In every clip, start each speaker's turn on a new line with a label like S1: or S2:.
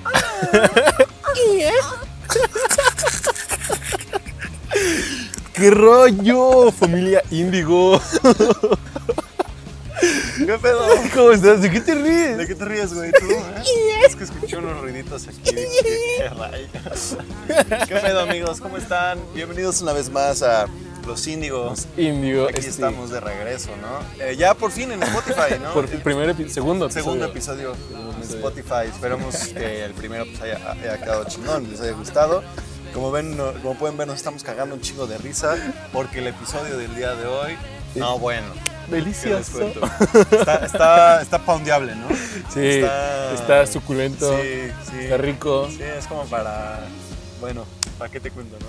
S1: ¡Qué rollo, familia Índigo!
S2: ¿Qué pedo?
S1: ¿Cómo estás? ¿De qué te
S2: ¿De
S1: ríes?
S2: qué te ríes, güey? ¿Tú? eh? Es que escuché unos ruiditos aquí. dije, ¿Qué rayos? ¿Qué pedo, amigos? ¿Cómo están? Bienvenidos una vez más a Los Índigos.
S1: Índigo,
S2: Aquí
S1: este,
S2: estamos de regreso, ¿no? Eh, ya por fin en Spotify, ¿no?
S1: Por
S2: El
S1: primer epi- segundo episodio.
S2: Segundo episodio en Spotify. Esperamos que el primero pues, haya, haya quedado chingón, les haya gustado. Como, ven, no- como pueden ver, nos estamos cagando un chingo de risa porque el episodio del día de hoy. No, bueno. ¿Qué les
S1: Delicioso.
S2: cuento? Está, está, está poundeable, ¿no?
S1: Sí, está,
S2: Está-
S1: suculento,
S2: Sí, sí.
S1: está rico.
S2: Sí, es como para. Bueno, ¿para qué te cuento, no?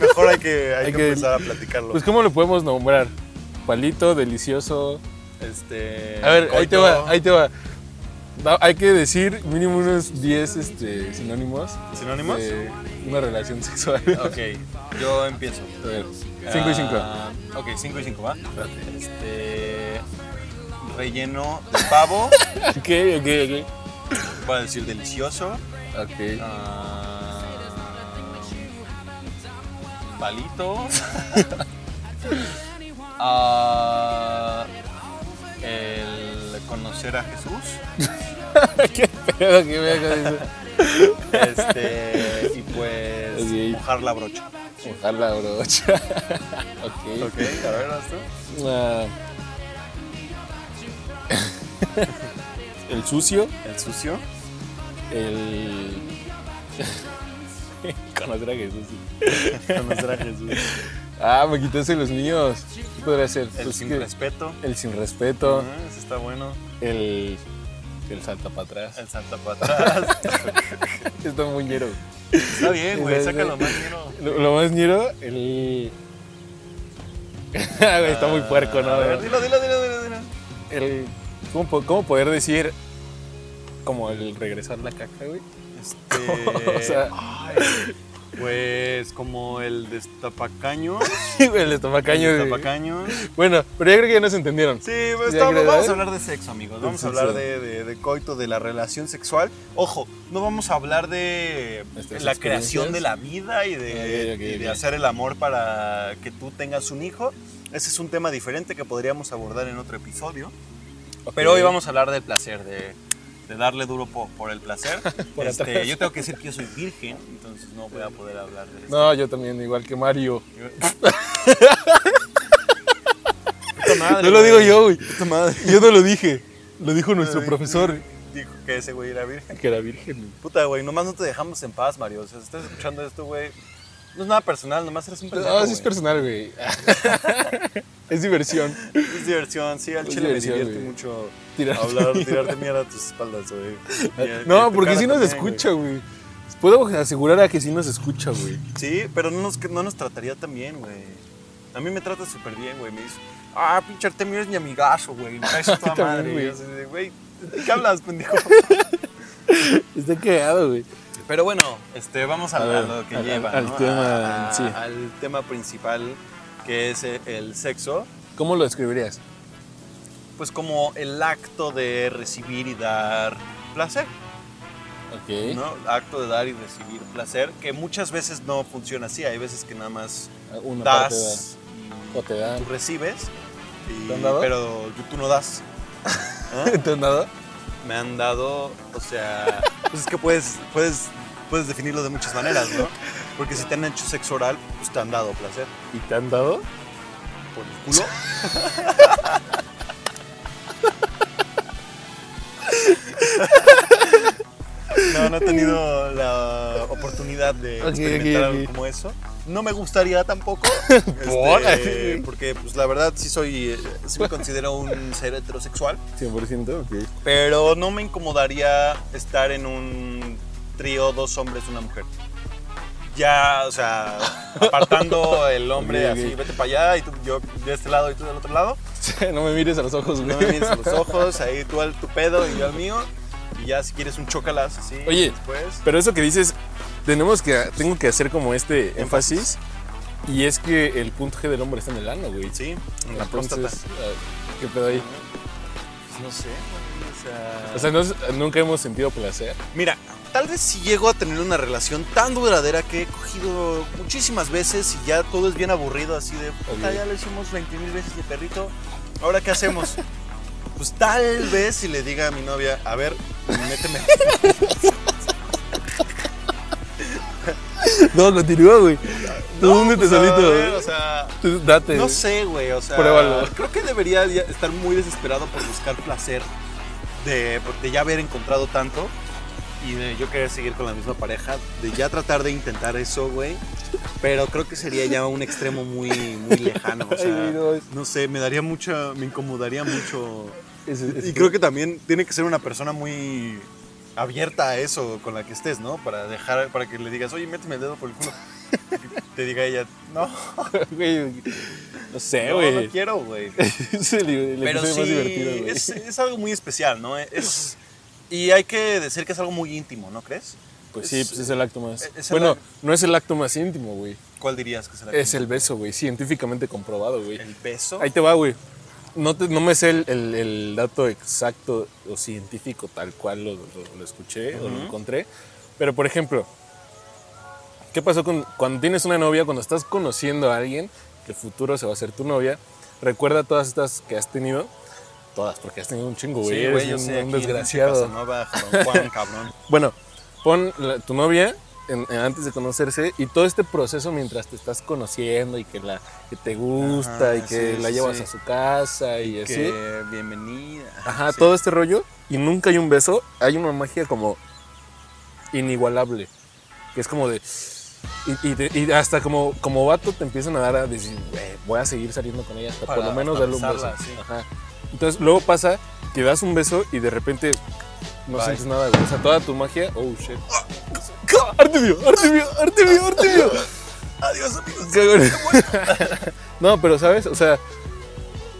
S2: Mejor hay que, hay
S1: Hay
S2: que,
S1: que-
S2: empezar a platicarlo.
S1: Pues, ¿cómo lo podemos nombrar? Palito, delicioso.
S2: este.
S1: A ver, ahí te
S2: coito.
S1: va, ahí te va. Da- Hay que decir mínimo unos 10 este, sinónimos
S2: ¿Sinónimos?
S1: de una relación sexual.
S2: Ok, yo empiezo.
S1: A ver, 5 y 5.
S2: Ah, ok, 5 y 5, ¿va? Este. Relleno de pavo,
S1: Ok, ok, ok.
S2: voy a decir delicioso.
S1: Ok.
S2: Ah, palito. Ah, el conocer a Jesús.
S1: Qué pedo que me hagas eso.
S2: Este, y pues
S1: Ok.
S2: mojar la brocha.
S1: Mojar la brocha. ok.
S2: Ok, a ver, haz tú.
S1: Ah. el sucio,
S2: El sucio.
S1: el. Conocer a Jesús.
S2: Conocer a Jesús.
S1: Ah, me quitaste los míos. ¿Qué podría ser?
S2: El
S1: Pues
S2: sin
S1: que-
S2: respeto.
S1: el sin respeto,
S2: Ah, ese está bueno.
S1: el. El salta para atrás.
S2: El salta para atrás.
S1: Está muy ñero.
S2: está bien, güey,
S1: Sí, sí,
S2: sácalo
S1: sí.
S2: más lleno.
S1: Lo, lo más ñero, el. Ah, güey, está muy puerco, ¿no?
S2: A ver, dilo, dilo, dilo, dilo. dilo.
S1: El, ¿cómo, po- cómo poder decir? Como el regresar la caca, güey.
S2: Este.
S1: O sea-
S2: ay, pues como el destapacaño.
S1: el estomacaño.
S2: El
S1: güey.
S2: destapacaño.
S1: Bueno, pero yo creo que ya nos entendieron.
S2: Sí, pues,
S1: Ya
S2: estamos-
S1: creo,
S2: vamos
S1: ¿eh?
S2: a hablar de sexo, amigos. Vamos
S1: Sí,
S2: a hablar
S1: sí.
S2: de, de- de coito, de la relación sexual. Ojo, no vamos a hablar de
S1: Nuestras
S2: la creación
S1: experiencias.
S2: de la vida y de,
S1: Este, Ok, ok,
S2: y de
S1: ok.
S2: hacer el amor para que tú tengas un hijo. Ese es un tema diferente que podríamos abordar en otro episodio. Pero
S1: Eh,
S2: hoy vamos a hablar del placer, de, de darle duro po- por el placer.
S1: Por
S2: Este,
S1: atrás.
S2: yo tengo que decir que yo soy virgen, entonces no voy a poder hablar de esto.
S1: No, yo también, igual que Mario.
S2: Puta madre,
S1: No lo
S2: güey.
S1: digo yo, güey.
S2: Puta madre.
S1: Yo no lo dije. Lo dijo nuestro profesor.
S2: Dijo que ese güey era virgen.
S1: Que era virgen. güey.
S2: Puta, güey, nomás no te dejamos en paz, Mario. O sea, si estás escuchando esto, güey. No es nada personal, nomás eres un pendejo.
S1: No, Ah, sí es
S2: güey.
S1: personal, güey. es diversión.
S2: Es diversión, sí, al
S1: Es
S2: chile me
S1: diversión,
S2: divierte
S1: güey.
S2: mucho
S1: Tirarte
S2: hablar,
S1: mierda.
S2: tirarte mierda a tus espaldas, güey. Y a- y a
S1: No,
S2: tu
S1: porque
S2: cara
S1: sí nos
S2: también,
S1: escucha, güey. Puedo asegurar a que sí nos escucha, güey.
S2: güey. Sí, pero no nos, no nos trataría tan bien, güey. A mí me trata súper bien, güey. Me dice, ah, pinche Artemio eres mi amigazo, güey. Me caes a toda
S1: También,
S2: madre.
S1: güey.
S2: Y yo así de, Güey, ¿de qué hablas, pendejo?
S1: Está cagado, güey.
S2: Pero bueno, este, vamos a,
S1: A ver,
S2: a lo que
S1: al-
S2: lleva,
S1: al
S2: ¿no?
S1: tema
S2: A-
S1: en sí.
S2: Al tema principal, que es eh, el sexo.
S1: ¿Cómo lo describirías?
S2: pues como el acto de recibir y dar placer,
S1: Ok.
S2: ¿no? Acto de dar y recibir placer, que muchas veces no funciona así, hay veces que nada más
S1: Una parte
S2: das,
S1: da. O te da.
S2: tú recibes, y-
S1: ¿Te han dado?
S2: pero tú- tú no das. ¿Ah?
S1: ¿Te han dado?
S2: Me han dado, o sea, pues es que puedes, puedes, puedes definirlo de muchas maneras, ¿no? Porque si te han hecho sexo oral, pues te han dado placer.
S1: ¿Y te han dado?
S2: por el culo. No, no he tenido la oportunidad de
S1: Ok,
S2: experimentar
S1: ok,
S2: algo
S1: ok.
S2: como eso. No me gustaría tampoco.
S1: ¿Por?
S2: este, porque pues la verdad sí soy, eh, sí me considero un ser heterosexual,
S1: 100%, ok.
S2: pero no me incomodaría estar en un trío dos hombres una mujer. Ya, o sea, apartando el hombre
S1: Ok, ok.
S2: así, vete para allá y tú yo de este lado y tú del otro lado.
S1: no me mires a los ojos, güey.
S2: No me mires a los ojos, ahí tú al tu pedo y yo al mío. Y ya si quieres un chocalas así.
S1: Oye,
S2: después.
S1: Pero eso que dices, tenemos que, tengo que hacer como este énfasis. Y es que el punto G del hombre está en el ano, güey.
S2: Sí, en la próstata.
S1: Entonces, ah, ¿qué pedo ahí?
S2: Pues no sé, güey, o sea,
S1: O sea, ¿no es- nunca hemos sentido placer.
S2: Mira, tal vez si llego a tener una relación tan duradera que he cogido muchísimas veces y ya todo es bien aburrido, así de, puta, ya lo hicimos 20 mil veces de perrito, ¿ahora qué hacemos? Pues tal vez si le diga a mi novia, a ver, méteme.
S1: No, continúa, güey. ¿Tú dónde te
S2: pues, a
S1: solito?
S2: ver, o sea,
S1: Tú Date.
S2: no
S1: güey.
S2: sé, güey, o sea,
S1: Pruébalo.
S2: creo que debería ya estar muy desesperado por buscar placer de, de ya haber encontrado tanto y de yo querer seguir con la misma pareja, de ya tratar de intentar eso, güey. Pero creo que sería ya un extremo muy, muy lejano, o sea,
S1: Ay, güey, no, es-
S2: no sé, me daría mucha, me incomodaría mucho
S1: Es- es-
S2: y creo que también tiene que ser una persona muy abierta a eso con la que estés, ¿no? Para dejar, para que le digas, oye, méteme el dedo por el culo. Y te diga ella, no,
S1: güey, No sé,
S2: no,
S1: Eh, güey.
S2: no quiero, güey.
S1: es el, el
S2: Pero
S1: episodio
S2: sí,
S1: más divertido, güey.
S2: es, es algo muy especial, ¿no? Es, y hay que decir que es algo muy íntimo, ¿no crees?
S1: Pues sí, pues es el acto más.
S2: es el
S1: bueno,
S2: acto-
S1: no es el acto más íntimo, güey.
S2: ¿Cuál dirías que será?
S1: Es el beso, güey. Científicamente comprobado, güey.
S2: el beso.
S1: Ahí te va, güey. No, te- no me sé el, el- el dato exacto o científico tal cual lo, lo- lo escuché o lo encontré. Pero, por ejemplo, ¿qué pasó con, cuando tienes una novia, cuando estás conociendo a alguien que futuro se va a ser tu novia? Recuerda todas estas que has tenido. Todas, porque has tenido un chingo, güey.
S2: sí,
S1: Eres
S2: güey, yo
S1: un,
S2: sé.
S1: un
S2: aquí,
S1: desgraciado.
S2: Casanova, Don Juan, cabrón.
S1: Bueno, pon la- tu novia en- en- antes de conocerse y todo este proceso mientras te estás conociendo y que la que te gusta
S2: Ajá,
S1: y que
S2: sí,
S1: la
S2: sí,
S1: llevas
S2: sí.
S1: a su casa y, así.
S2: Que bienvenida.
S1: Ajá,
S2: Sí.
S1: todo este rollo y nunca hay un beso, hay una magia como inigualable, que es como de... Y, y te- y hasta como, como vato te empiezan a dar a decir, "Güey, voy a seguir saliendo con ella hasta
S2: Para-
S1: por lo menos
S2: hasta
S1: darle un beso.
S2: besarla, sí.
S1: Ajá. Entonces luego pasa que das un beso y de repente no
S2: Bye.
S1: sientes nada, güey. O sea, toda tu magia, oh shit. Artemio, Artemio, Artemio, Artemio.
S2: Adiós, amigos.
S1: Cagón. no, pero sabes, o sea,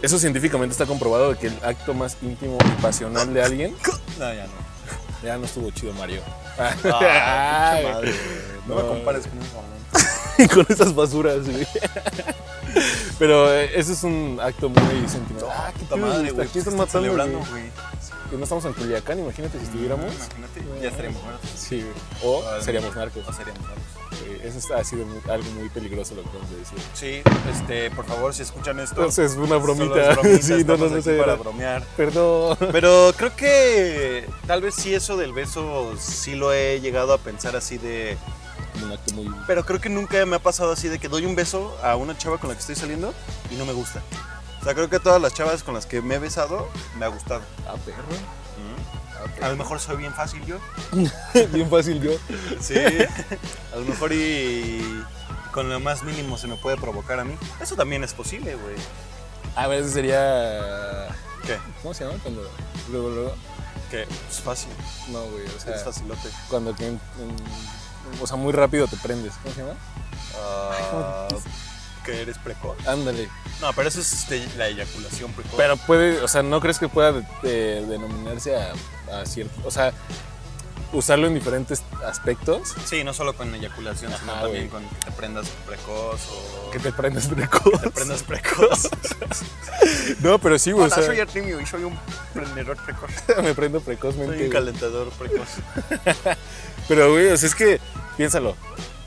S1: eso científicamente está comprobado de que el acto más íntimo y pasional de alguien
S2: No, ya no.
S1: ya no estuvo chido, Mario.
S2: Ah,
S1: Ay,
S2: pinche madre, güey. no me
S1: No.
S2: compares con un mamón.
S1: con esas basuras, güey. Pero eh, eso es un acto muy sentimental. Ah, qué
S2: Puta
S1: pedo,
S2: madre,
S1: hasta
S2: güey.
S1: Aquí
S2: pues,
S1: están
S2: están
S1: matando,
S2: celebrando,
S1: güey. ¿Eh?
S2: güey.
S1: Que no estamos en Culiacán, imagínate si estuviéramos.
S2: Imagínate, ya estaríamos muertos.
S1: Sí, güey. O
S2: Ah,
S1: seríamos narcos.
S2: No seríamos muertos.
S1: Sí, Eso está- ha sido muy- algo muy peligroso lo que vamos a decir.
S2: Sí, este, por favor, si escuchan esto.
S1: Entonces, es una
S2: solo es
S1: bromita.
S2: bromita,
S1: sí, no, no,
S2: estamos
S1: no
S2: aquí
S1: sé.
S2: Para
S1: era-
S2: bromear.
S1: Perdón.
S2: Pero creo que tal vez sí eso del beso sí lo he llegado a pensar así de...
S1: Un acto muy.
S2: Pero creo que nunca me ha pasado así de que doy un beso a una chava con la que estoy saliendo y no me gusta. O sea, creo que todas las chavas con las que me he besado me ha gustado.
S1: A ah, perro. Ah,
S2: A lo mejor soy bien fácil yo.
S1: Bien fácil yo.
S2: Sí. A lo mejor y con lo más mínimo se me puede provocar a mí. Eso también es posible, güey.
S1: A veces Ah, sería.
S2: ¿Qué?
S1: ¿Cómo se llama? Cuando. Luego, luego.
S2: ¿Qué? Es fácil.
S1: No, güey. O sea,
S2: Es facilote.
S1: cuando que. en- en- o sea, muy rápido te prendes. ¿Cómo se llama?
S2: Ah, que eres precoz.
S1: Ándale.
S2: No, pero eso es este, la eyaculación precoz.
S1: Pero puede. O sea, ¿no crees que pueda eh, denominarse a, a cierto. O sea, usarlo en diferentes aspectos?
S2: sí, no solo con eyaculación, sino
S1: Ajá,
S2: también
S1: güey.
S2: con que te prendas precoz o
S1: Que te prendes precoz.
S2: te prendas precoz.
S1: No, pero sí, güey.
S2: Hola,
S1: O sea,
S2: soy Artemio y soy un prendedor precoz.
S1: me prendo
S2: Soy
S1: precozmente.
S2: un
S1: güey.
S2: calentador precoz.
S1: Pero, güey, o sea, es que piénsalo,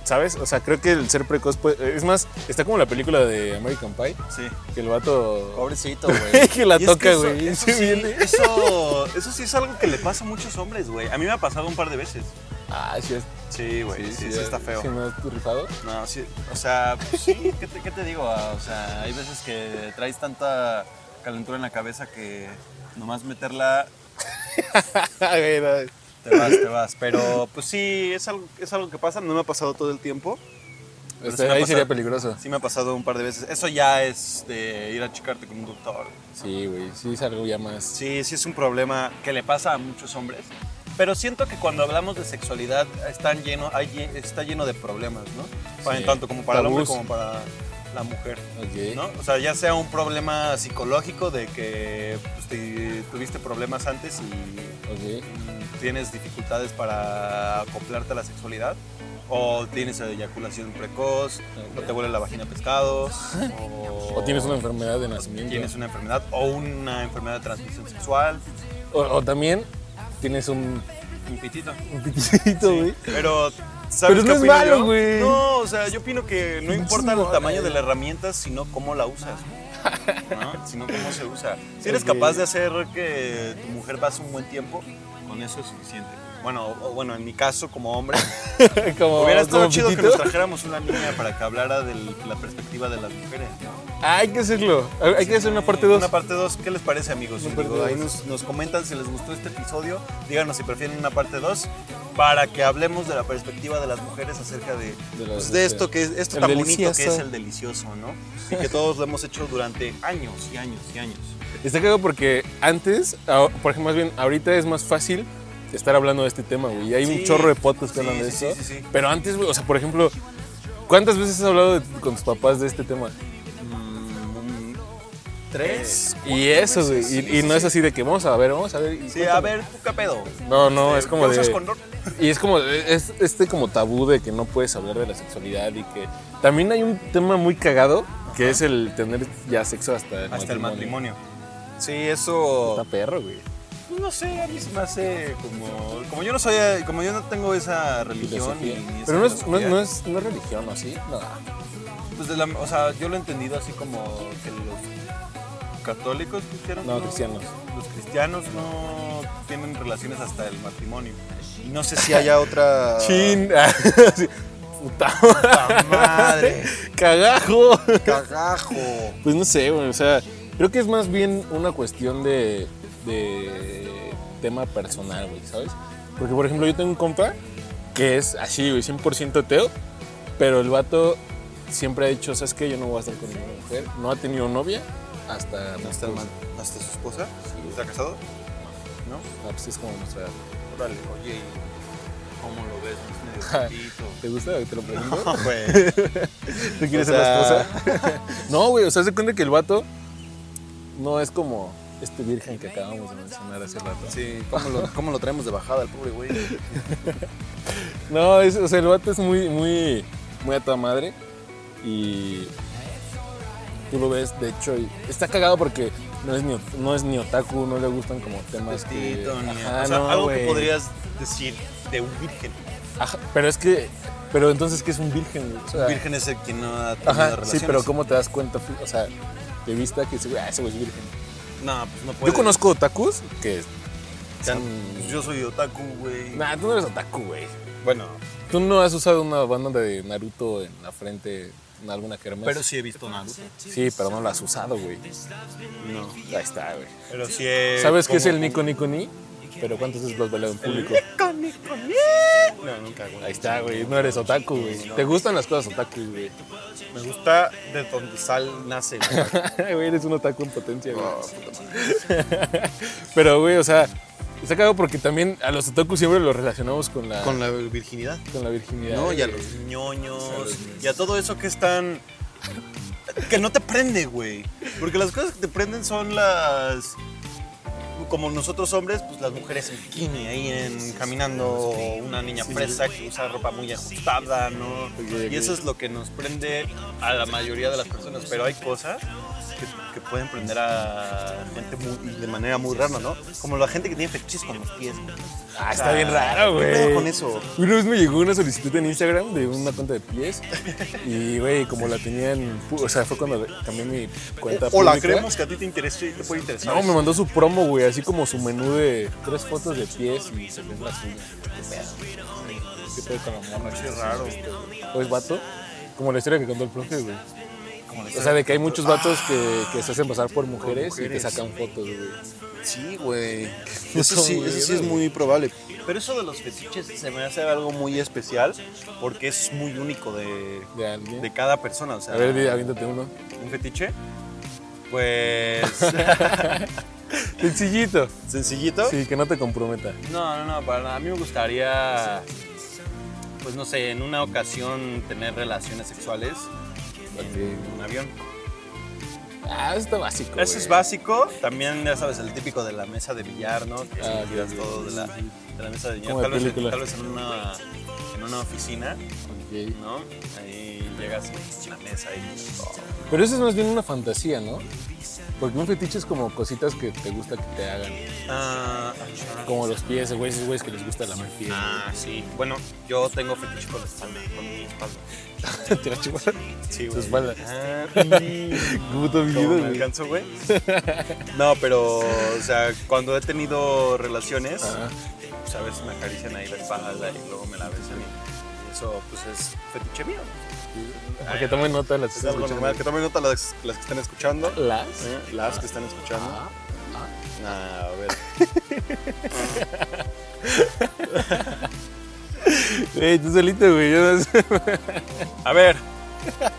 S1: ¿sabes? O sea, creo que el ser precoz puede- Es más, está como la película de American Pie,
S2: Sí.
S1: que el vato.
S2: Pobrecito, güey.
S1: que la
S2: Y es
S1: toca,
S2: que eso-
S1: güey.
S2: Eso,
S1: se
S2: sí,
S1: viene.
S2: eso, eso sí es algo que le pasa a muchos hombres, güey. A mí me ha pasado un par de veces.
S1: Ah, sí, es-
S2: Sí, güey, sí, sí,
S1: ya-
S2: está feo.
S1: sí, ¿no? ¿Tú rifado?
S2: No, sí, o sea, pues sí, ¿qué te, qué te digo? Ah, O sea, hay veces que traes tanta calentura en la cabeza que nomás meterla
S1: Güey, no.
S2: te vas, te vas. Pero pues sí, es algo, es algo que pasa, no me ha pasado todo el tiempo. Pero
S1: Este,
S2: sí me ha
S1: ahí sería
S2: pasado-
S1: peligroso.
S2: Sí me ha pasado un par de veces. Eso ya es de ir a checarte con un doctor.
S1: Sí, güey, sí es algo ya más.
S2: Sí, sí es un problema que le pasa a muchos hombres. Pero siento que cuando hablamos de sexualidad están lleno, hay lle- está lleno de problemas, ¿no? Para-
S1: Sí.
S2: Tanto como para el
S1: Tabús.
S2: hombre como para la mujer.
S1: Ok.
S2: ¿no? O sea, ya sea un problema psicológico de que pues, te- tuviste problemas antes y
S1: Ok.
S2: mm, tienes dificultades para acoplarte a la sexualidad, o tienes eyaculación precoz, o te huele la vagina a pescados, o,
S1: O tienes una enfermedad de nacimiento.
S2: tienes una enfermedad, o una enfermedad de transmisión sexual.
S1: O, o también tienes un
S2: Un pitito.
S1: Un pitito, güey.
S2: Pero, ¿sabes
S1: Pero
S2: qué
S1: no es
S2: opino
S1: malo,
S2: yo?
S1: güey.
S2: No, o sea, yo opino que no
S1: Pinches
S2: importa el
S1: mamadas.
S2: tamaño de la herramienta, sino cómo la usas. güey, ¿no? Sino cómo se usa. Si eres
S1: Ok.
S2: capaz de hacer que tu mujer pase un buen tiempo, con eso es suficiente. Bueno, o- o bueno, en mi caso como hombre,
S1: como,
S2: hubiera estado
S1: como
S2: chido que
S1: pitito.
S2: nos trajéramos una niña para que hablara de la perspectiva de las mujeres. ¿no?
S1: Ah, hay que hacerlo. Hay hay que hacer una parte 2.
S2: Una parte 2, ¿qué les parece amigos?
S1: Una
S2: Y
S1: parte
S2: digo, ahí
S1: dos.
S2: nos, nos comentan si les gustó este episodio, díganos si prefieren una parte 2 para que hablemos de la perspectiva de las mujeres acerca de,
S1: De las
S2: pues, de esto que es esto
S1: El
S2: tan bonito
S1: delicioso.
S2: que es el delicioso, ¿no? Y que todos lo hemos hecho durante años y años y años.
S1: Está cagado porque antes, ah, por ejemplo, más bien, ahorita es más fácil estar hablando de este tema, güey. Y Hay
S2: Sí,
S1: un chorro de podcasts que
S2: sí,
S1: hablan de
S2: sí,
S1: eso.
S2: sí, sí, sí.
S1: Pero antes, güey, o sea, por ejemplo, ¿cuántas veces has hablado de- con tus papás de este tema?
S2: Mm, Tres.
S1: Y eso, güey.
S2: Sí,
S1: Y, y no es así de que vamos a ver, vamos a ver. y
S2: Sí,
S1: cuéntame.
S2: a ver, ¿tú qué pedo?
S1: No, no,
S2: Eh,
S1: es como
S2: ¿qué usas
S1: de.
S2: condón?
S1: Y es como de- es este como tabú de que no puedes hablar de la sexualidad y que también hay un tema muy cagado que es el tener ya sexo hasta el
S2: Hasta el matrimonio. Sí, eso...
S1: Está perro, güey.
S2: Pues No sé, a mí se me hace como. Como yo no soy. Como yo no tengo esa religión. ni-
S1: Filosofía.
S2: ni esa
S1: Pero no es, no, es-
S2: filosofía,
S1: no es, no es religión, ¿o sí? No.
S2: pues de la- o sea, yo lo he entendido así como que los católicos cristianos.
S1: No, cristianos.
S2: Los cristianos no tienen relaciones hasta el matrimonio. Y no sé si haya otra.
S1: Chin. Sí. Puta
S2: ¡Puta madre!
S1: Cagajo.
S2: ¡Cagajo!
S1: Pues no sé, güey. O sea, creo que es más bien una cuestión de, de tema personal, güey, ¿sabes? Porque, por ejemplo, yo tengo un compa que es así, güey, 100% ateo, pero el vato siempre ha dicho, ¿sabes qué? Yo no voy a estar con ninguna mujer. No ha tenido novia hasta...
S2: ¿Hasta, el ma- hasta su esposa? ¿Está casado? ¿No?
S1: Ah, pues es como nuestra edad.
S2: Órale, oye, ¿y ¿cómo lo ves? Es medio cortito.
S1: ¿Te gusta? Te lo pregunto.
S2: No, güey.
S1: ¿Tú quieres
S2: O
S1: ser la
S2: sea-
S1: esposa? no, güey, o sea, se cuenta que el vato no es como este virgen que acabamos de mencionar hace rato.
S2: Sí, ¿cómo lo, cómo lo traemos de bajada al pobre güey?
S1: No, es, o sea, el vato es muy, muy, muy a tu madre. Y tú lo ves, de hecho, y está cagado porque no es ni, no es ni otaku, no le gustan como temas Pues que-
S2: Tito, ni-
S1: Ajá,
S2: o sea,
S1: no,
S2: algo que
S1: güey.
S2: podrías decir de un virgen.
S1: Ajá, pero es que, pero entonces, ¿qué es un virgen? güey? O sea,
S2: Un virgen es el que no ha tenido
S1: Ajá, sí,
S2: relaciones.
S1: pero ¿cómo te das cuenta? O sea, de vista que dice, ah, ese güey es virgen.
S2: No, pues no puede. pues
S1: Yo conozco otakus que...
S2: Yo soy otaku, güey.
S1: Nah, tú no eres otaku, güey.
S2: Bueno,
S1: Tú no has usado una banda de Naruto en la frente en alguna kermés.
S2: pero sí he visto Naruto.
S1: Sí, pero no la has usado, güey.
S2: No.
S1: Ahí está, güey.
S2: Pero sí he...
S1: ¿Sabes qué es
S2: como-
S1: el Nico Nico Ni? Pero ¿cuántas veces lo has bailado en público?
S2: Nico, Nico, Nico. No, nunca,
S1: Ahí
S2: güey.
S1: está, güey. No eres otaku, güey. Te gustan las cosas otaku, güey.
S2: Me gusta de donde sal nace, güey.
S1: Güey, eres un otaku en potencia, güey.
S2: Oh,
S1: Pero, güey, o sea, está cagado porque también a los otaku siempre los relacionamos con la,
S2: Con la virginidad.
S1: con la virginidad.
S2: No, y a
S1: güey.
S2: los ñoños, y a todo eso que están. que no te prende, güey. Porque las cosas que te prenden son las. Como nosotros hombres, pues las mujeres en bikini, ahí en, caminando una niña fresa que usa ropa muy ajustada, ¿no?
S1: Ok,
S2: Y eso
S1: ok.
S2: es lo que nos prende a la mayoría de las personas. Pero hay cosas que, que pueden prender a gente muy- de manera muy rara, ¿no? Como la gente que tiene fetiches con los pies. güey.
S1: Ah,
S2: O
S1: está
S2: sea,
S1: bien raro,
S2: ¿qué pedo
S1: güey.
S2: con eso?
S1: Una vez me llegó una solicitud en Instagram de una cuenta de pies. Y, güey, como la tenía en. pu- O sea, fue cuando cambié mi cuenta.
S2: O la
S1: pública.
S2: creemos que a ti te interesa y te puede interesar.
S1: No, me mandó su promo, güey, así como su menú de tres fotos de pies y se ven la suya. ¿Qué pedo con la morra?
S2: Qué raro.
S1: ¿O es vato? Como la historia que contó el profe, güey.
S2: este, Como le
S1: O sea, de que hay muchos vatos que, que se hacen pasar por mujeres, y que
S2: mujeres.
S1: sacan fotos, güey.
S2: Sí, güey.
S1: Eso sí- eso sí es
S2: muy probable. Pero eso de los fetiches se me hace algo muy especial porque es muy único de,
S1: De alguien.
S2: de cada persona. O sea,
S1: A ver, di- aviéntate uno.
S2: un fetiche, pues
S1: Sencillito.
S2: sencillito.
S1: Sí, que no te comprometa.
S2: No, no, no, para nada. A mí me gustaría, pues no sé, en una ocasión tener relaciones sexuales en un avión.
S1: Ah, eso está básico.
S2: Eso
S1: güey.
S2: es básico. También, ya sabes, el típico de la mesa de billar, ¿no? Que
S1: Ah,
S2: se olvidas
S1: sí, sí,
S2: todo de la, de la mesa de billar.
S1: Como de
S2: Tal vez,
S1: película.
S2: tal vez en, una, en una oficina,
S1: Ok.
S2: ¿no? Ahí llegas a la mesa y todo.
S1: Pero eso es más bien una fantasía, ¿no? Porque un fetiche es como cositas que te gusta que te hagan.
S2: Ah, ajá.
S1: Como los pies, güey, esos güeyes que les gusta lamer pies.
S2: Ah, sí. Bueno, yo tengo fetiche con la espalda, con mi espalda.
S1: te la chupas.
S2: Sí,
S1: Tu espalda.
S2: Ah, y-
S1: Puto
S2: ¿Cómo
S1: video,
S2: me
S1: güey.
S2: alcanzo, güey? No, pero, o sea, cuando he tenido relaciones,
S1: Ajá.
S2: pues a veces me acarician ahí la espalda y luego me la besan y eso, pues, es fetiche mío.
S1: Para que tomen nota las
S2: Es algo normal. Que tomen nota las, las que están escuchando.
S1: Las.
S2: ¿eh? Las que están escuchando.
S1: Ah, ah.
S2: Nah, a ver.
S1: Ey, tú solito, güey. Yo no sé,
S2: A ver.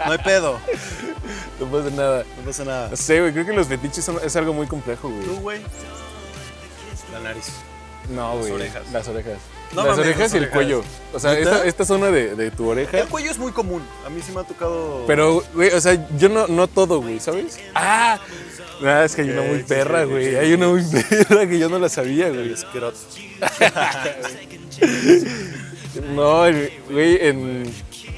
S2: No hay pedo.
S1: no pasa nada.
S2: No pasa nada.
S1: No sé, güey. Creo que los fetiches son- es algo muy complejo, güey.
S2: ¿Tú, güey? La nariz.
S1: No, güey.
S2: orejas.
S1: Las orejas.
S2: No
S1: las
S2: mames,
S1: orejas
S2: las
S1: y el
S2: orejas.
S1: cuello. O sea,
S2: ¿Neta?
S1: esta, esta zona de, de tu oreja.
S2: El cuello es muy común. A mí sí me ha tocado.
S1: Pero, güey, o sea, yo no, no todo, güey, ¿sabes? ¡Ah! Nah, es que hay una muy
S2: Ok,
S1: perra,
S2: ok,
S1: güey.
S2: ok.
S1: Hay una muy perra que yo no la sabía, güey.
S2: El escroto.
S1: No, el- güey, en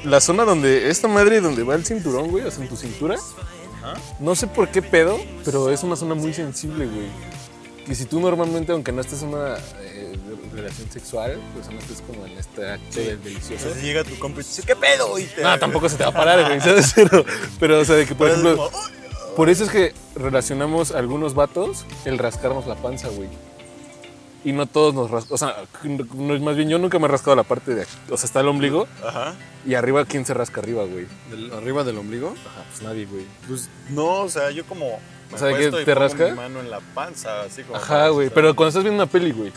S1: la zona donde esta madre donde va el cinturón, güey, o sea, en tu cintura.
S2: Ajá.
S1: No sé por qué pedo, pero es una zona muy sensible, güey. Que si tú normalmente, aunque no estés en una eh, relación sexual, pues no estés como en este acto del delicioso.
S2: Entonces llega tu compa y te dice, ¿qué pedo? Y te-
S1: No, tampoco se te va a parar, güey, ¿sabes? Pero, pero, o sea, de que, por
S2: Pero es
S1: ejemplo,
S2: como, "Uy".
S1: Por eso es que relacionamos a algunos vatos el rascarnos la panza, güey. Y no todos nos rascamos. O sea, no- más bien yo nunca me he rascado la parte de aquí. O sea, está el ombligo
S2: Ajá.
S1: y arriba, ¿quién se rasca arriba, güey?
S2: ¿Arriba del ombligo?
S1: Ajá, pues nadie, güey.
S2: Pues no, o sea, yo como. me
S1: O sea,
S2: acuesto
S1: ¿que
S2: y
S1: te
S2: pongo
S1: rasca?
S2: Mi mano en la panza, así como.
S1: Ajá, güey. Pero cuando estás viendo una peli, güey.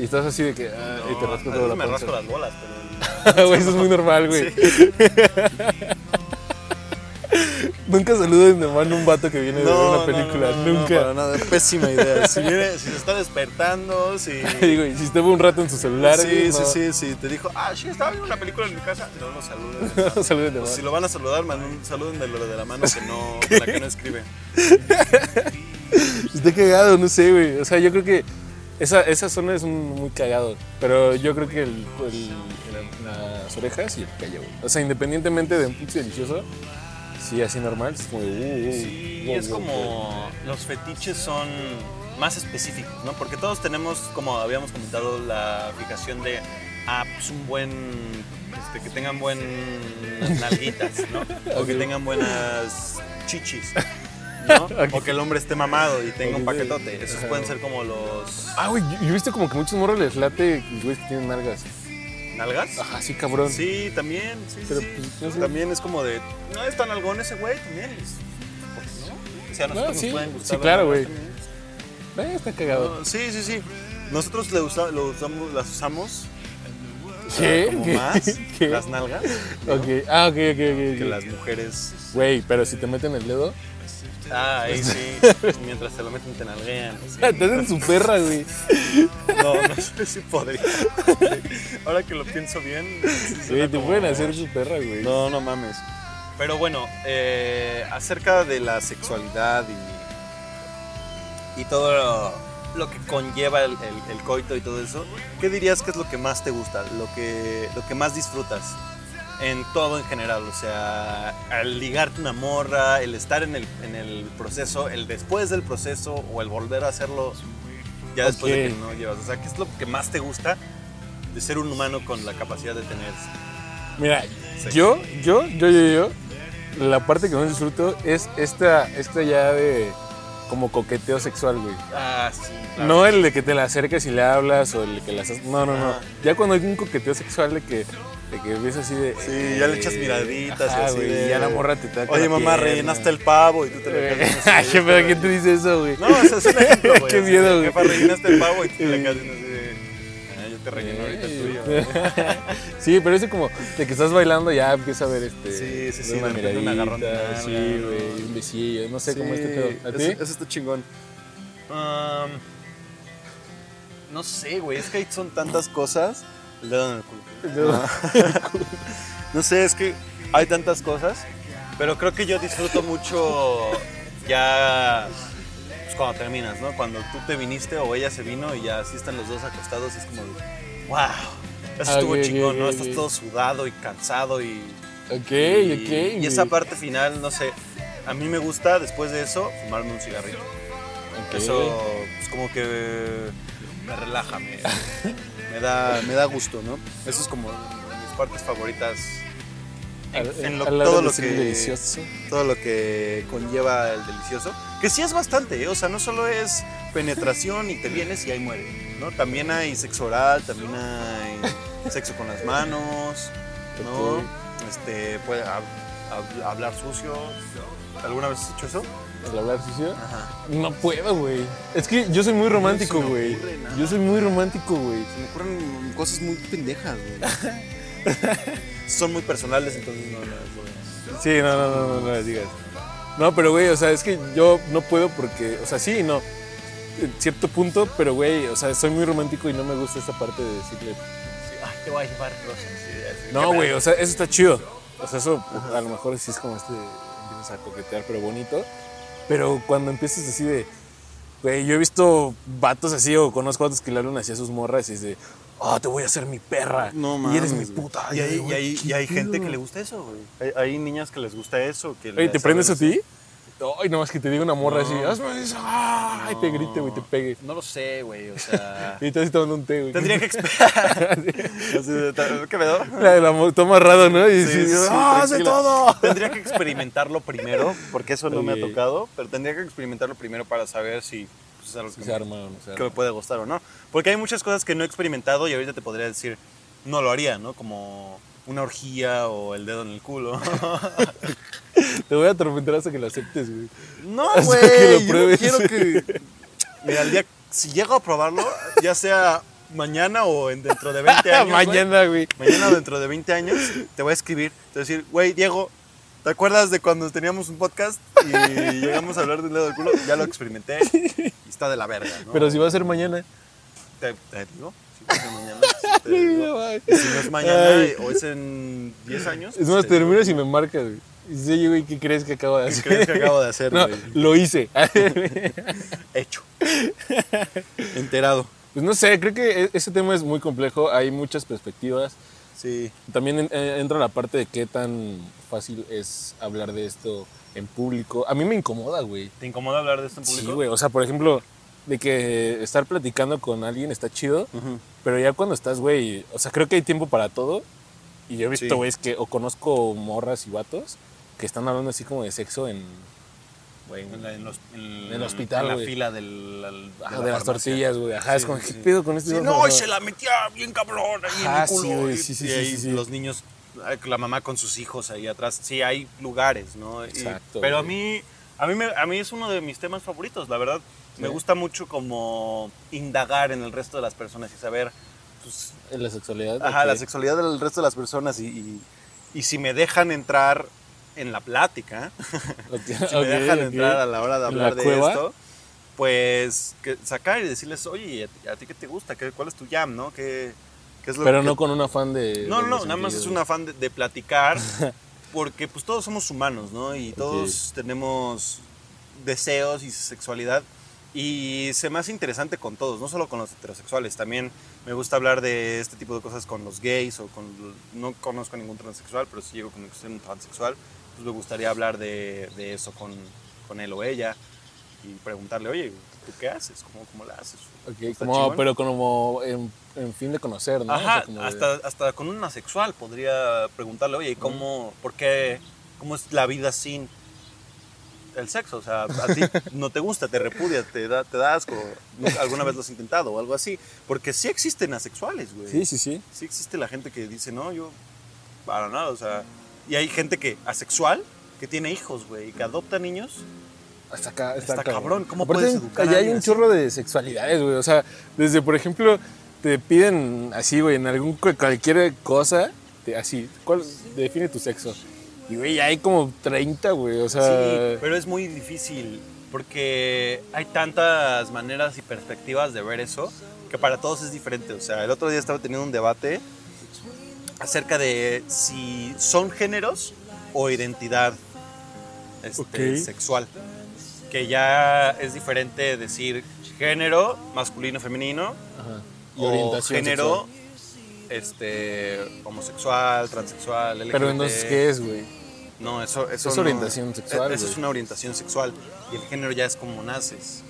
S1: Y estás así de que. ah, y te
S2: No,
S1: rascas toda
S2: a veces
S1: la
S2: me
S1: panza.
S2: rasco las bolas, pero.
S1: Güey, eso es muy normal, güey. Nunca saludes de mano a un vato que viene de ver una película. Nunca.
S2: para nada, es pésima idea. Si, viene, si se está despertando, si.
S1: Digo, y si estuvo un rato en su celular,
S2: sí,
S1: güey,
S2: sí,
S1: no.
S2: sí, sí. Te dijo, ah, sí, estaba viendo una película en mi casa. No lo saludes.
S1: No saludes de
S2: O
S1: mano.
S2: si lo van a saludar, man, saluden de lo de la mano que no, con la que no escribe.
S1: Está pues, cagado, no sé, güey. O sea, yo creo que esa, esa zona es un- muy cagado. Pero yo creo que el, el- las orejas y el cuello, güey. O sea, independientemente de un pinche delicioso, sí, así normal, es como. de, uh, uh,
S2: Sí,
S1: wow,
S2: es
S1: wow, wow.
S2: como los fetiches son más específicos, ¿no? Porque todos tenemos, como habíamos comentado, la fijación de, ah, pues un buen, este, que tengan buen nalguitas, ¿no? O que
S1: Ok.
S2: tengan buenas chichis, ¿no? O que el hombre esté mamado y tenga un
S1: Ok.
S2: paquetote. Esos
S1: Ajá.
S2: pueden ser como los
S1: Ah, güey, yo, yo he visto como que muchos morros les late, güey, que tienen nalgas.
S2: nalgas.
S1: Ajá, sí, cabrón.
S2: Sí, también, sí,
S1: Pero,
S2: sí.
S1: pues, no sé.
S2: También es como de, no es tan algón ese güey, también es, ¿por qué no? O sea, a nosotros
S1: sí,
S2: nos pueden
S1: sí,
S2: gustar. las
S1: claro, güey.
S2: nalgas también.
S1: Eh, está cagado.
S2: No, sí, sí, sí. Nosotros le usa- lo usamos, las usamos o sea,
S1: ¿Qué?
S2: como
S1: ¿Qué?
S2: más,
S1: ¿Qué?
S2: las nalgas, ¿no?
S1: Ok, ah, ok, ok, ok.
S2: que
S1: ok.
S2: las mujeres.
S1: Güey, pero si te meten el dedo,
S2: Ah, ahí sí. Mientras te lo meten, te nalguean. sí.
S1: te hacen su perra, güey.
S2: No, no sé si podría. Ahora que lo pienso bien. sí suena
S1: Güey, te
S2: como-
S1: pueden hacer su perra, güey.
S2: No, no mames. Pero bueno, eh, acerca de la sexualidad y, y todo lo, lo que conlleva el, el- el coito y todo eso, ¿qué dirías que es lo que más te gusta, lo que, lo que más disfrutas en todo en general? O sea, al ligarte una morra, el estar en el, en el proceso, el después del proceso o el volver a hacerlo ya después de que
S1: Ok.
S2: no llevas. O sea, ¿qué es lo que más te gusta de ser un humano con la capacidad de tener
S1: Mira,
S2: Sí.
S1: yo, yo, yo, yo, yo, la parte que más disfruto es esta, esta ya de como coqueteo sexual, güey.
S2: Ah, sí.
S1: No el de que te la acerques y le hablas o el de que la haces. No, no, no.
S2: Ah.
S1: Ya cuando hay un coqueteo sexual de que, de que ves así de. eh,
S2: Sí, ya le echas miraditas y
S1: ajá,
S2: así
S1: güey,
S2: de-
S1: y ya la morra te toca.
S2: Oye,
S1: la
S2: mamá,
S1: pierna. Eh,
S2: rellenaste el pavo y tú te lo quedas.
S1: Ay, qué pedo, ¿quién te dice eso, güey?
S2: No, ese es un ejemplo, güey.
S1: Qué
S2: así de,
S1: miedo, güey.
S2: Jefa, rellenaste el pavo y tú te la quedas viendo así de. "Ah, Yo te relleno ahorita el tuyo. güey".
S1: sí, pero ese como de que estás bailando ya empieza a ver este.
S2: Sí, sí, sí,
S1: una
S2: de repente un
S1: miradita,
S2: agarrón de nalga,
S1: sí,
S2: ¿no?
S1: güey, un besillo, no sé cómo este pedo. ¿A ti?
S2: Eso está chingón. Um, no sé, güey. Es que ahí son tantas cosas. El dedo en el culo. Ah. No sé, es que hay tantas cosas, pero creo que yo disfruto mucho ya pues, cuando terminas, ¿no? Cuando tú te viniste o ella se vino y ya así están los dos acostados, es como, wow, Eso estuvo
S1: Ok, ok,
S2: chingón, ¿no?
S1: ok,
S2: Estás
S1: ok.
S2: todo sudado y cansado y.
S1: Ok,
S2: y-
S1: ok.
S2: Y esa
S1: güey.
S2: parte final, no sé. A mí me gusta, después de eso, fumarme un cigarrillo.
S1: Ok.
S2: Eso, pues como que. Me relaja, me, me da, me da gusto, ¿no? Eso es como mis partes favoritas. En,
S1: Al-
S2: en lo-
S1: al lado
S2: todo
S1: de
S2: lo
S1: ser
S2: que.
S1: delicioso.
S2: todo lo que conlleva el delicioso, que sí es bastante, ¿eh? o sea, no solo es penetración y te vienes y ahí muere, ¿no? También hay sexo oral, también hay sexo con las manos, ¿no?
S1: Ok.
S2: Este, puede hab- hab- hablar sucio. ¿Alguna vez has hecho eso?
S1: ¿El hablar sucio?
S2: Ajá.
S1: No puedo, güey. Es que yo soy muy romántico,
S2: se me
S1: güey.
S2: ocurre nada.
S1: Yo soy muy romántico, güey.
S2: Se me ocurren cosas muy pendejas, güey. Son muy personales, entonces no las voy a-
S1: Sí, no, no, no, no, no me digas. No, pero güey, o sea, es que yo no puedo porque, o sea, sí y no. En cierto punto, pero güey, o sea, soy muy romántico y no me gusta esa parte de decirle.
S2: Sí, Ay, te voy a llevar rosas. y-
S1: No, güey, o sea, eso está chido. O sea, eso a lo mejor sí es como este, empiezas a coquetear, pero bonito. Pero cuando empiezas así de, güey, yo he visto vatos así o conozco vatos que le hablan así a sus morras y es de, oh, te voy a hacer mi perra.
S2: No
S1: Y eres mi
S2: mames, güey.
S1: puta.
S2: Y hay,
S1: güey,
S2: y hay-
S1: qué
S2: y hay
S1: pedo.
S2: gente que le gusta eso, güey. Hay, hay niñas que les gusta eso. Que
S1: Oye,
S2: les
S1: ¿te prendes a
S2: hablan
S1: ti? Ay, nomás que te diga una morra así, hazme eso. Ay, te grite, güey, te pegue.
S2: así. No lo sé, güey, o sea...
S1: Y estás así tomando un té, güey.
S2: Tendría que esperar. Así de, ¿Qué pedo?
S1: La de la mo- toma raro, ¿no? Y
S2: Sí,
S1: dices,
S2: sí,
S1: ¡ah, hace
S2: tranquila.
S1: todo!
S2: Tendría que experimentarlo primero, porque eso no me ha
S1: Ok.
S2: tocado, pero tendría que experimentarlo primero para saber si pues, es algo que,
S1: Se
S2: me-
S1: arma, o no se
S2: que me
S1: arma.
S2: puede gustar o no. Porque hay muchas cosas que no he experimentado y ahorita te podría decir, no lo haría, ¿no? Como una orgía o el dedo en el culo.
S1: Te voy a atormentar hasta que lo aceptes, güey.
S2: No,
S1: Hasta
S2: güey.
S1: que lo
S2: yo no
S1: pruebes.
S2: quiero que. Mira, el día. Si llego a probarlo, ya sea mañana o en dentro de 20 años. güey,
S1: Mañana, güey.
S2: mañana o dentro de 20 años, te voy a escribir. Te voy a decir, güey, Diego, ¿te acuerdas de cuando teníamos un podcast y llegamos a hablar del dedo del culo? Ya lo experimenté y está de la verga, ¿no?
S1: Pero si va a ser mañana.
S2: Te, te digo. si va a ser mañana, sí te digo. Y si no es mañana
S1: Ay.
S2: o es en 10 años.
S1: Es más,
S2: te digo,
S1: terminas y me marcas, güey. Y dices, oye, güey, ¿qué crees que acabo de
S2: ¿Qué
S1: hacer?
S2: crees que acabo de hacer,
S1: No,
S2: güey?
S1: lo hice.
S2: Hecho. Enterado.
S1: Pues no sé, creo que e- ese tema es muy complejo. Hay muchas perspectivas.
S2: Sí.
S1: También en- eh, entra la parte de qué tan fácil es hablar de esto en público. A mí me incomoda, güey.
S2: ¿Te incomoda hablar de esto en
S1: Sí,
S2: público?
S1: güey. O sea, por ejemplo, de que estar platicando con alguien está chido,
S2: Ujú.
S1: pero ya cuando estás, güey, o sea, creo que hay tiempo para todo. Y yo he
S2: Sí.
S1: visto, güey, es que o conozco morras y vatos que están hablando así como de sexo en, güey,
S2: En, la- en los- en-
S1: el hospital,
S2: En la
S1: güey.
S2: fila del, al-
S1: ajá,
S2: la
S1: de las
S2: farmacia.
S1: tortillas, güey. Ajá, es
S2: Sí,
S1: como,
S2: sí,
S1: ¿qué
S2: sí.
S1: pedo con este?
S2: Sí,
S1: vato?
S2: no,
S1: Ajá.
S2: y se la metía bien cabrón ahí en
S1: Ajá,
S2: el culo.
S1: sí, güey,
S2: y-
S1: sí, sí,
S2: y
S1: sí,
S2: ahí
S1: sí, sí.
S2: los niños, eh, la mamá con sus hijos ahí atrás. Sí, hay lugares, ¿no? Y-
S1: Exacto,
S2: pero a
S1: güey.
S2: mí, a, mí me- a mí es uno de mis temas favoritos, la verdad. Me
S1: Sí.
S2: gusta mucho como indagar en el resto de las personas y saber, pues,
S1: En la sexualidad.
S2: Ajá,
S1: ok.
S2: la sexualidad del resto de las personas y, y- y si me dejan entrar en la plática,
S1: Ok,
S2: si me
S1: ok,
S2: dejan
S1: ok.
S2: entrar a la hora de
S1: ¿En la
S2: hablar de
S1: cueva?
S2: esto, pues que sacar y decirles, oye, ¿a, a ti qué te gusta? ¿Qué- ¿Cuál es tu jam? ¿no? ¿Qué, qué es lo
S1: Pero
S2: que-
S1: no con un afán de...
S2: No, no,
S1: de
S2: no, nada más es
S1: sentido.
S2: un afán de, de platicar, porque pues todos somos humanos, ¿no? Y todos tenemos deseos y sexualidad. Y se me hace interesante con todos, no solo con los heterosexuales, también me gusta hablar de este tipo de cosas con los gays o con... No conozco a ningún transexual, pero si llego a conocer un transexual, pues me gustaría hablar de, de eso con, con él o ella y preguntarle, oye, ¿tú qué haces? ¿Cómo, cómo la haces?
S1: Ok,
S2: Está
S1: como,
S2: chingón.
S1: pero como en, en fin de conocer, ¿no? O sea,
S2: Ajá,
S1: como de-
S2: hasta, hasta con un asexual podría preguntarle, oye, ¿cómo, por qué, cómo es la vida sin el sexo? O sea, a ti no te gusta, te repudia, te da, te da asco, ¿Nunca- alguna vez lo has intentado o algo así. Porque sí existen asexuales, güey.
S1: Sí, sí, sí.
S2: Sí existe la gente que dice, no, yo para nada, o sea. Y hay gente que asexual, que tiene hijos, güey, y que adopta niños.
S1: Hasta acá,
S2: Está
S1: está
S2: cabrón, ¿cómo
S1: Aparte,
S2: puedes educar a
S1: allá hay
S2: alguien
S1: un
S2: así?
S1: chorro de sexualidades, güey. O sea, desde, por ejemplo, te piden así, güey, en algún cu- cualquier cosa, te- así, ¿cuál define tu sexo? Y, güey, ya hay como 30, güey. O sea,
S2: Sí, pero es muy difícil porque hay tantas maneras y perspectivas de ver eso que para todos es diferente. O sea, el otro día estaba teniendo un debate acerca de si son géneros o identidad este,
S1: Ok.
S2: sexual. Que ya es diferente decir género masculino, femenino
S1: ajá.
S2: o género este, homosexual, transexual, LGBT.
S1: Pero entonces, ¿qué es, güey?
S2: No, eso, eso
S1: Es
S2: no-
S1: orientación sexual,
S2: Eso
S1: güey.
S2: es una orientación sexual. Y el género ya es como naces,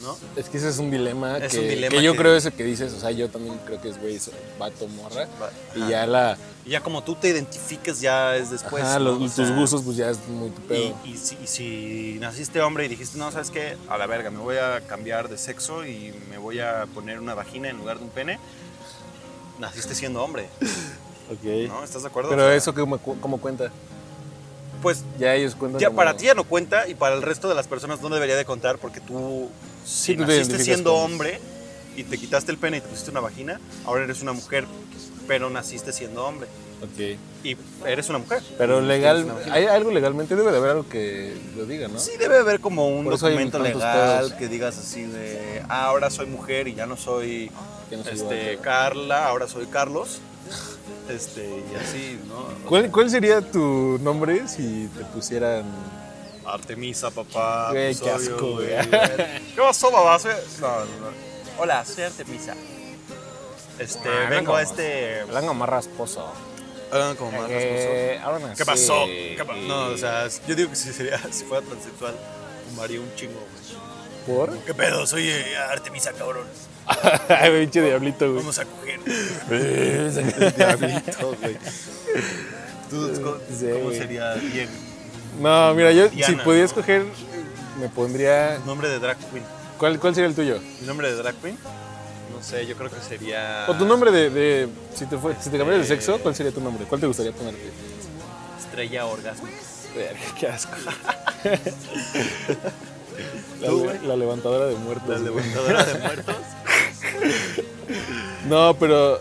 S2: ¿no?
S1: Es que ese es un dilema,
S2: Es
S1: que,
S2: un dilema
S1: que yo
S2: que-
S1: creo ese que dices, o sea, yo también creo que es güey, es vato morra.
S2: Va-
S1: Y
S2: ajá.
S1: ya la
S2: Y ya como tú te identificas, ya es después.
S1: ajá,
S2: ¿no?
S1: los-
S2: O
S1: tus
S2: sea,
S1: gustos pues ya es muy tu pedo.
S2: Y, y si, y si naciste hombre y dijiste, no, ¿sabes qué? A la verga, me voy a cambiar de sexo y me voy a poner una vagina en lugar de un pene, naciste siendo hombre,
S1: Ok.
S2: ¿no? ¿Estás de acuerdo? O
S1: Pero
S2: sea,
S1: eso como, como cuenta.
S2: Pues
S1: Ya ellos cuentan.
S2: ya
S1: como-
S2: para ti ya no cuenta y para el resto de las personas no debería de contar porque tú, si
S1: tú te
S2: naciste
S1: identificas
S2: siendo
S1: con-
S2: hombre y te quitaste el pene y te pusiste una vagina, ahora eres una mujer, pero naciste siendo hombre
S1: Ok.
S2: y eres una mujer.
S1: Pero legal,
S2: Tienes una vagina.
S1: hay algo legalmente, debe de haber algo que lo diga, ¿no?
S2: Sí, debe haber como un
S1: Por eso hay
S2: documento
S1: tantos
S2: legal
S1: pedos.
S2: que digas así de, "Ah, ahora soy mujer y ya no soy
S1: Que no se
S2: este,
S1: igual.
S2: Carla, ahora soy Carlos. Este, y así, ¿no?
S1: ¿Cuál, cuál sería tu nombre si te pusieran
S2: Artemisa, papá.
S1: Güey,
S2: pues,
S1: qué
S2: obvio,
S1: asco, güey.
S2: ¿Qué pasó, papá? Soy- No, no, no. Hola, soy Artemisa. Este,
S1: Ah,
S2: vengo a
S1: no.
S2: este...
S1: Blanco más rasposo?
S2: Hablan como más
S1: Eh, ahora
S2: ¿Qué
S1: sí.
S2: pasó? ¿Qué pa- No, o sea, yo digo que si, sería, si fuera transexual, fumaría un chingo, güey.
S1: ¿Por?
S2: ¿Qué pedo? Soy eh, Artemisa, cabrón.
S1: Ay, pinche diablito, güey.
S2: Vamos a coger.
S1: diablito, güey.
S2: ¿Tú, ¿Cómo,
S1: Sí,
S2: cómo
S1: güey.
S2: sería bien?
S1: No, mira, yo si
S2: Diana,
S1: pudiera
S2: ¿no?
S1: escoger, me pondría.
S2: Nombre de drag queen.
S1: ¿Cuál, cuál sería el tuyo?
S2: ¿Mi nombre de drag queen? No sé, yo creo que sería.
S1: O tu nombre de. de- si te, fue, si te cambiaras de
S2: Este-
S1: sexo, ¿cuál sería tu nombre? ¿Cuál te gustaría ponerte?
S2: Estrella Orgasmo.
S1: Verga, qué asco. la,
S2: ¿Tú,
S1: le-
S2: güey?
S1: la levantadora de muertos.
S2: La
S1: güey.
S2: levantadora de muertos.
S1: No, pero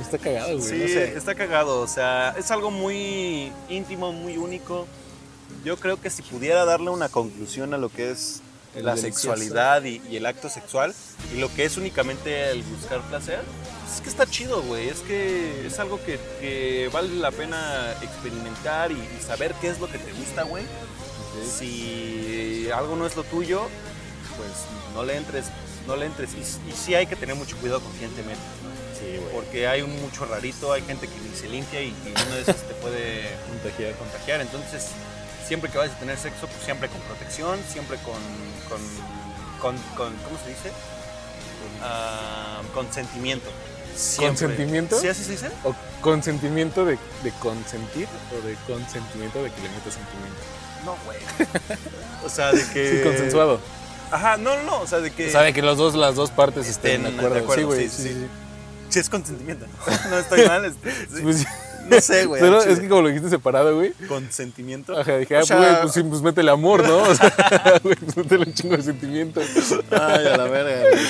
S1: está cagado, güey.
S2: Sí,
S1: no sé.
S2: está cagado. O sea, es algo muy íntimo, muy único. Yo creo que si pudiera darle una conclusión a lo que es
S1: El
S2: la
S1: delicioso.
S2: sexualidad y, y el acto sexual y lo que es únicamente el buscar placer, pues es que está chido, güey. Es que es algo que, que vale la pena experimentar y, y saber qué es lo que te gusta, güey. Si algo no es lo tuyo, pues no le entres, no le entres. Y, y sí hay que tener mucho cuidado conscientemente
S1: Sí, güey.
S2: porque hay un mucho rarito, hay gente que ni se limpia y, y uno de esos te puede
S1: Contagiar.
S2: contagiar. Entonces, siempre que vayas a tener sexo, pues siempre con protección, siempre con. con, con, con- ¿Cómo se dice? Ah, consentimiento. Siempre.
S1: ¿Consentimiento?
S2: ¿Sí así se dice?
S1: ¿O consentimiento de, de consentir o de consentimiento de que le metas sentimiento?
S2: No, güey. O sea, de que.
S1: Sí, consensuado.
S2: Ajá, no, no, no, o sea, de que.
S1: O sea, de que los dos, las dos partes estén,
S2: eh,
S1: de
S2: estén
S1: acuerdo.
S2: de acuerdo,
S1: Sí, güey.
S2: sí,
S1: Sí, sí,
S2: sí.
S1: sí.
S2: Sí, es consentimiento. No estoy mal. este, sí.
S1: Pues sí.
S2: No sé, güey.
S1: Solo
S2: al chile.
S1: es que como lo dijiste separado, güey.
S2: Consentimiento.
S1: Ajá, dije, ah,
S2: O sea-
S1: güey, pues, sí, pues métele amor, ¿no? O sea, güey, pues métele un chingo de sentimiento.
S2: Ay, a la verga, güey.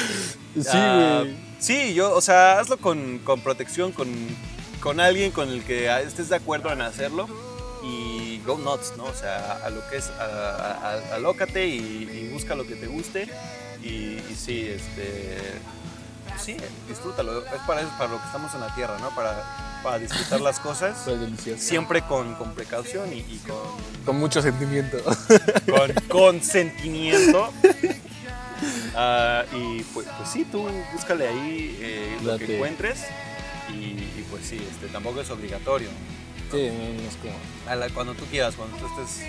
S1: Sí,
S2: Ah,
S1: güey.
S2: sí, yo, o sea, hazlo con, con protección, con, con alguien con el que estés de acuerdo en hacerlo y go nuts, ¿no? O sea, a lo que es, a- a- a- alócate y, y busca lo que te guste y, y sí, este, sí, disfrútalo. Es para eso, para lo que estamos en la tierra, ¿no? Para, para disfrutar las cosas.
S1: Está delicioso.
S2: Siempre con, con precaución y, y con,
S1: Con mucho sentimiento.
S2: con consentimiento. Ah, y pues, pues sí, tú búscale ahí eh, lo
S1: Date.
S2: que encuentres. Y, y pues sí, este, tampoco es obligatorio.
S1: Sí, no, no es como
S2: A la- cuando tú quieras, cuando tú estés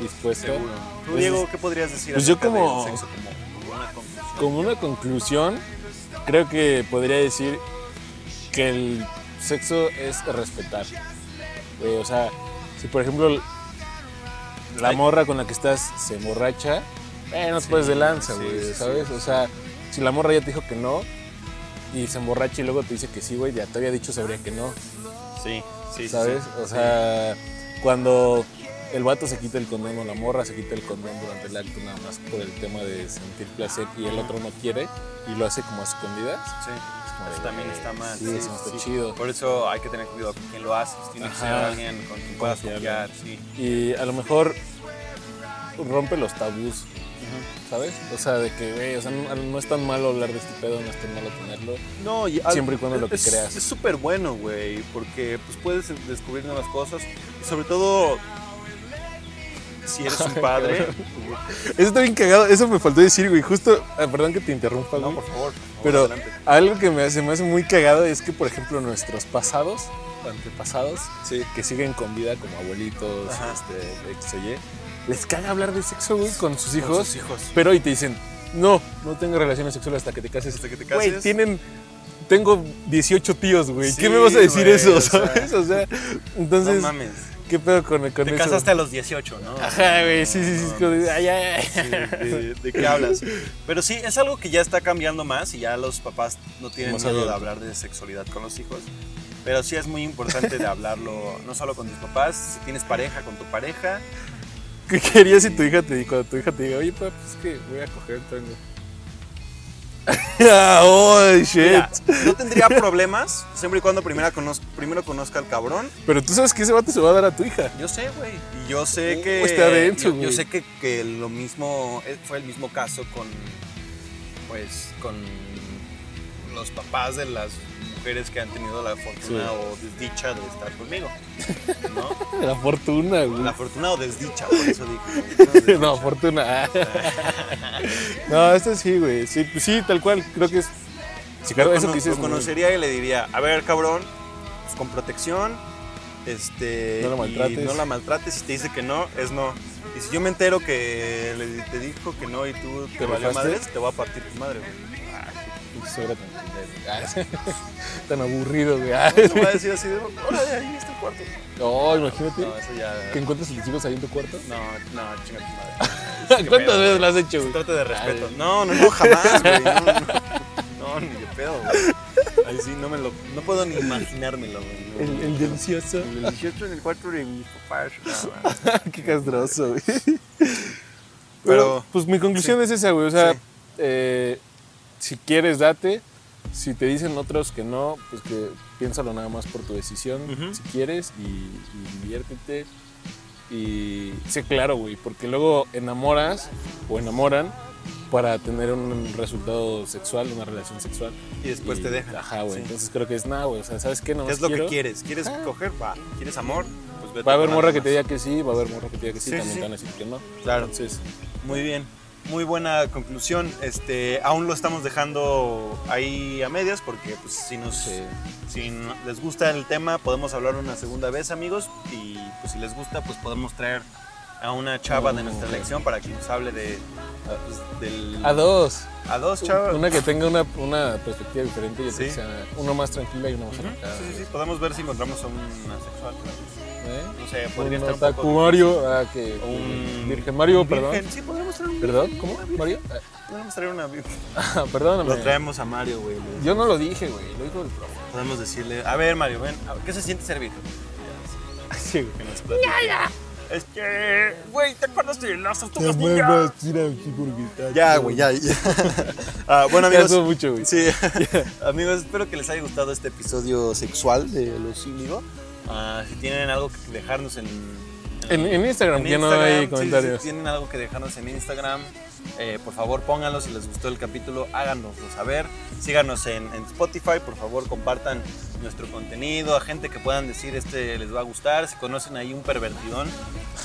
S1: dispuesto.
S2: seguro. Tú,
S1: Pues,
S2: Diego, ¿qué podrías decir
S1: pues yo
S2: acerca
S1: como-
S2: del sexo como, como una conclusión?
S1: Como una conclusión, creo que podría decir que el sexo es respetar. Güey, o sea, si por ejemplo la
S2: Ay.
S1: morra con la que estás se emborracha, eh, no te
S2: Sí,
S1: puedes de lanza,
S2: sí,
S1: güey,
S2: sí,
S1: ¿sabes?
S2: sí.
S1: O sea, si la morra ya te dijo que no y se emborracha y luego te dice que sí, güey, ya te había dicho sabría que no.
S2: Sí, sí, sí,
S1: ¿Sabes?
S2: sí.
S1: O sea, cuando el vato se quita el condón o la morra se quita el condón durante el acto nada más por el tema de sentir placer y el otro no quiere y lo hace como a escondidas.
S2: Sí.
S1: es como de,
S2: Eso Pues también
S1: "Güey,
S2: está mal.
S1: eh, Sí, eso no está chido.
S2: Por eso hay que tener cuidado con quien lo haces. Tiene que ser
S1: Ajá.
S2: alguien con quien puedas
S1: Confiable.
S2: confiar. Sí.
S1: Y a lo mejor rompe los tabús, ¿sabes? O sea, de que, güey, o sea, no, no es tan malo hablar de este pedo, no es tan malo tenerlo.
S2: No, y-
S1: Siempre y cuando lo que
S2: es-
S1: creas.
S2: Es súper bueno, güey, porque pues, puedes descubrir nuevas cosas y sobre todo si eres un padre.
S1: Eso está bien cagado, eso me faltó decir, güey. Justo, ah, perdón que te interrumpa,
S2: no,
S1: güey.
S2: por favor. por favor,
S1: Pero
S2: adelante.
S1: algo que me hace, me hace muy cagado es que, por ejemplo, nuestros pasados, antepasados,
S2: Sí.
S1: que siguen con vida como abuelitos,
S2: Ajá.
S1: este, ex o Y, les caga hablar de sexo, güey, con sus hijos.
S2: sus hijos.
S1: Pero y te dicen, no, no tengo relaciones sexuales hasta que te cases.
S2: Hasta que te
S1: Güey,
S2: cases.
S1: tienen. Tengo 18 tíos, güey. ¿Qué
S2: Sí,
S1: me vas a decir
S2: güey,
S1: eso?
S2: o sea.
S1: ¿Sabes? o sea, entonces,
S2: no mames.
S1: ¿qué pedo con, con
S2: Te
S1: eso?
S2: casaste a los 18, ¿no?
S1: Ajá, güey, sí, sí, sí. es como de, ay, ay, ay.
S2: de, de- de qué hablas. Pero sí, es algo que ya está cambiando más y ya los papás no tienen
S1: Más
S2: miedo de
S1: abierto.
S2: hablar de sexualidad con los hijos. Pero sí es muy importante de hablarlo, no solo con tus papás, si tienes pareja, con tu pareja.
S1: ¿Qué querías si tu hija te cuando tu hija te diga, oye, papá, es que voy a coger tango? oh, shit.
S2: Mira, no tendría problemas siempre y cuando primero conozca, primero conozca al cabrón.
S1: Pero tú sabes que ese vato se va a dar a tu hija.
S2: Yo sé, güey. Y yo sé que.
S1: Pues está adentro,
S2: yo, yo
S1: güey.
S2: sé que, que lo mismo. eh, Fue el mismo caso con. Pues con los papás de las mujeres que han tenido la fortuna
S1: Sí.
S2: o desdicha de estar conmigo. ¿No?
S1: La fortuna, güey.
S2: La fortuna o desdicha, por eso
S1: La
S2: dije.
S1: no, fortuna. no, este sí, güey. Sí, pues sí, tal cual. Creo que es. Sí, claro,
S2: Lo
S1: eso
S2: cono-
S1: que dices.
S2: lo conocería y le diría, a ver, cabrón, pues, con protección, este,
S1: No la
S2: y
S1: maltrates.
S2: no la maltrates, si te dice que no, es no. Y si yo me entero que le- te dijo que no y tú te,
S1: ¿Te
S2: valió
S1: rifaste?
S2: madres, te voy a partir tu madre, güey.
S1: güey. Eso era tan pendejo. Ah, tan aburrido, güey. Ah,
S2: Te voy a decir así, de, hola, de ahí está el cuarto.
S1: No, imagínate
S2: No, eso ya...
S1: que encuentres a tus hijos ahí en tu cuarto.
S2: No, no, chinga tu madre.
S1: ¿Cuántas
S2: pedo,
S1: veces lo has hecho,
S2: Se
S1: Ah, güey?
S2: trata de respeto.
S1: Ay.
S2: No, no, no, jamás, güey. No, no, no, ni de pedo, güey. Ahí sí, no me lo... No puedo ni imaginármelo, güey. No,
S1: El, el delicioso.
S2: El 18 en el cuarto de mis papás.
S1: Qué castroso, güey. Pero,
S2: Pero-
S1: pues mi conclusión es esa, güey. O sea,
S2: Sí.
S1: eh, si quieres, date. Si te dicen otros que no, pues que piénsalo nada más por tu decisión,
S2: Ujú.
S1: si quieres, y, y diviértete. Y sé claro, güey, porque luego enamoras o enamoran para tener un resultado sexual, una relación sexual.
S2: Y después
S1: Y-
S2: te dejan.
S1: Ajá, güey.
S2: Sí.
S1: Entonces creo que es nada, güey. O sea, ¿sabes qué? No
S2: ¿Qué es lo que quieres? ¿Quieres coger? Va. ¿Quieres amor? Pues vete
S1: Ah. Va a haber
S2: con
S1: morra que
S2: alguien
S1: te diga que sí, va a haber morra que te diga que sí,
S2: Sí,
S1: también
S2: sí.
S1: te van a decir que no.
S2: Claro.
S1: Entonces,
S2: más. Muy bien. Muy buena conclusión. Este, aún lo estamos dejando ahí a medias porque pues, si nos
S1: Sí.
S2: si no- les gusta el tema podemos hablar una segunda vez, amigos, y pues si les gusta pues podemos traer a una chava de
S1: Mm,
S2: nuestra
S1: ok.
S2: elección para que nos hable de pues, del
S1: a dos.
S2: a dos chavas.
S1: Una que tenga una, una perspectiva diferente y otra
S2: Sí.
S1: que sea uno más tranquila y uno más
S2: Ujú.
S1: arrancada.
S2: Sí, sí, sí, podemos ver si encontramos a una sexual. ¿no?
S1: ¿Eh?
S2: No sé, podría
S1: Un
S2: estar un
S1: otaku
S2: poco
S1: Mario, ah, que,
S2: O un-
S1: Virgen Mario,
S2: Un
S1: perdón.
S2: virgen, Sí, podríamos traer un-
S1: ¿Perdón? ¿Cómo? ¿Mario?
S2: Podríamos traer una virgen.
S1: Ah, perdóname.
S2: Lo traemos a Mario, güey. güey.
S1: Yo no lo dije, güey, lo dijo el profe.
S2: Podemos decirle, a ver, Mario, ven, a ver, ¿qué se siente ser virgen?
S1: Sí,
S2: Que nos platique. Es que, güey, ¿te acuerdas de las tortugas ninja? Ya, güey, ya, ya. Ah, bueno,
S1: Ya
S2: amigos.
S1: estuvo mucho, güey.
S2: Sí, amigos, espero que les haya gustado este episodio sexual de Los Índigo. Ah, si tienen algo que dejarnos en.
S1: En, en Instagram
S2: En
S1: ya no
S2: Instagram,
S1: hay
S2: sí,
S1: comentarios.
S2: Si tienen algo que dejarnos en Instagram, eh, por favor pónganlo. Si les gustó el capítulo, háganoslo saber. Síganos en, en Spotify, por favor compartan nuestro contenido a gente que puedan decir este les va a gustar. Si conocen ahí un pervertidón,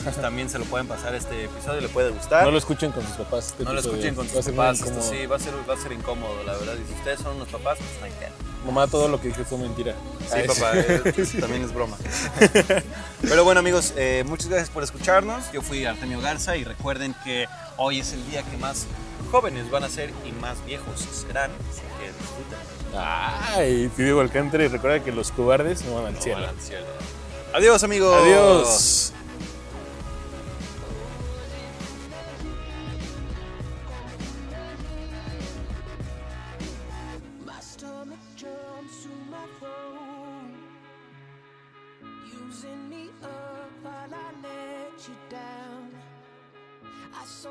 S2: pues, también se lo pueden pasar este episodio, le puede gustar.
S1: No lo escuchen con sus papás. este
S2: No lo
S1: tipo de-
S2: escuchen con
S1: va a
S2: sus
S1: ser muy
S2: papás, esto
S1: incómodo.
S2: sí, va a, ser, va a ser incómodo, la verdad. Y si ustedes son unos papás, pues no hay pedo.
S1: Mamá, todo lo que dije fue mentira.
S2: Sí,
S1: Ay,
S2: papá, eh, también es broma. Pero bueno, amigos, eh, muchas gracias por escucharnos. Yo fui Artemio Garza y recuerden que hoy es el día que más jóvenes van a ser y más viejos serán. Así que disfruten.
S1: Ay, te digo Alcántara y recuerda que los cobardes no van al cielo.
S2: Van al cielo. Adiós, amigos.
S1: Adiós.
S3: My stomach jumps to my phone, using me up while I let you down. I saw.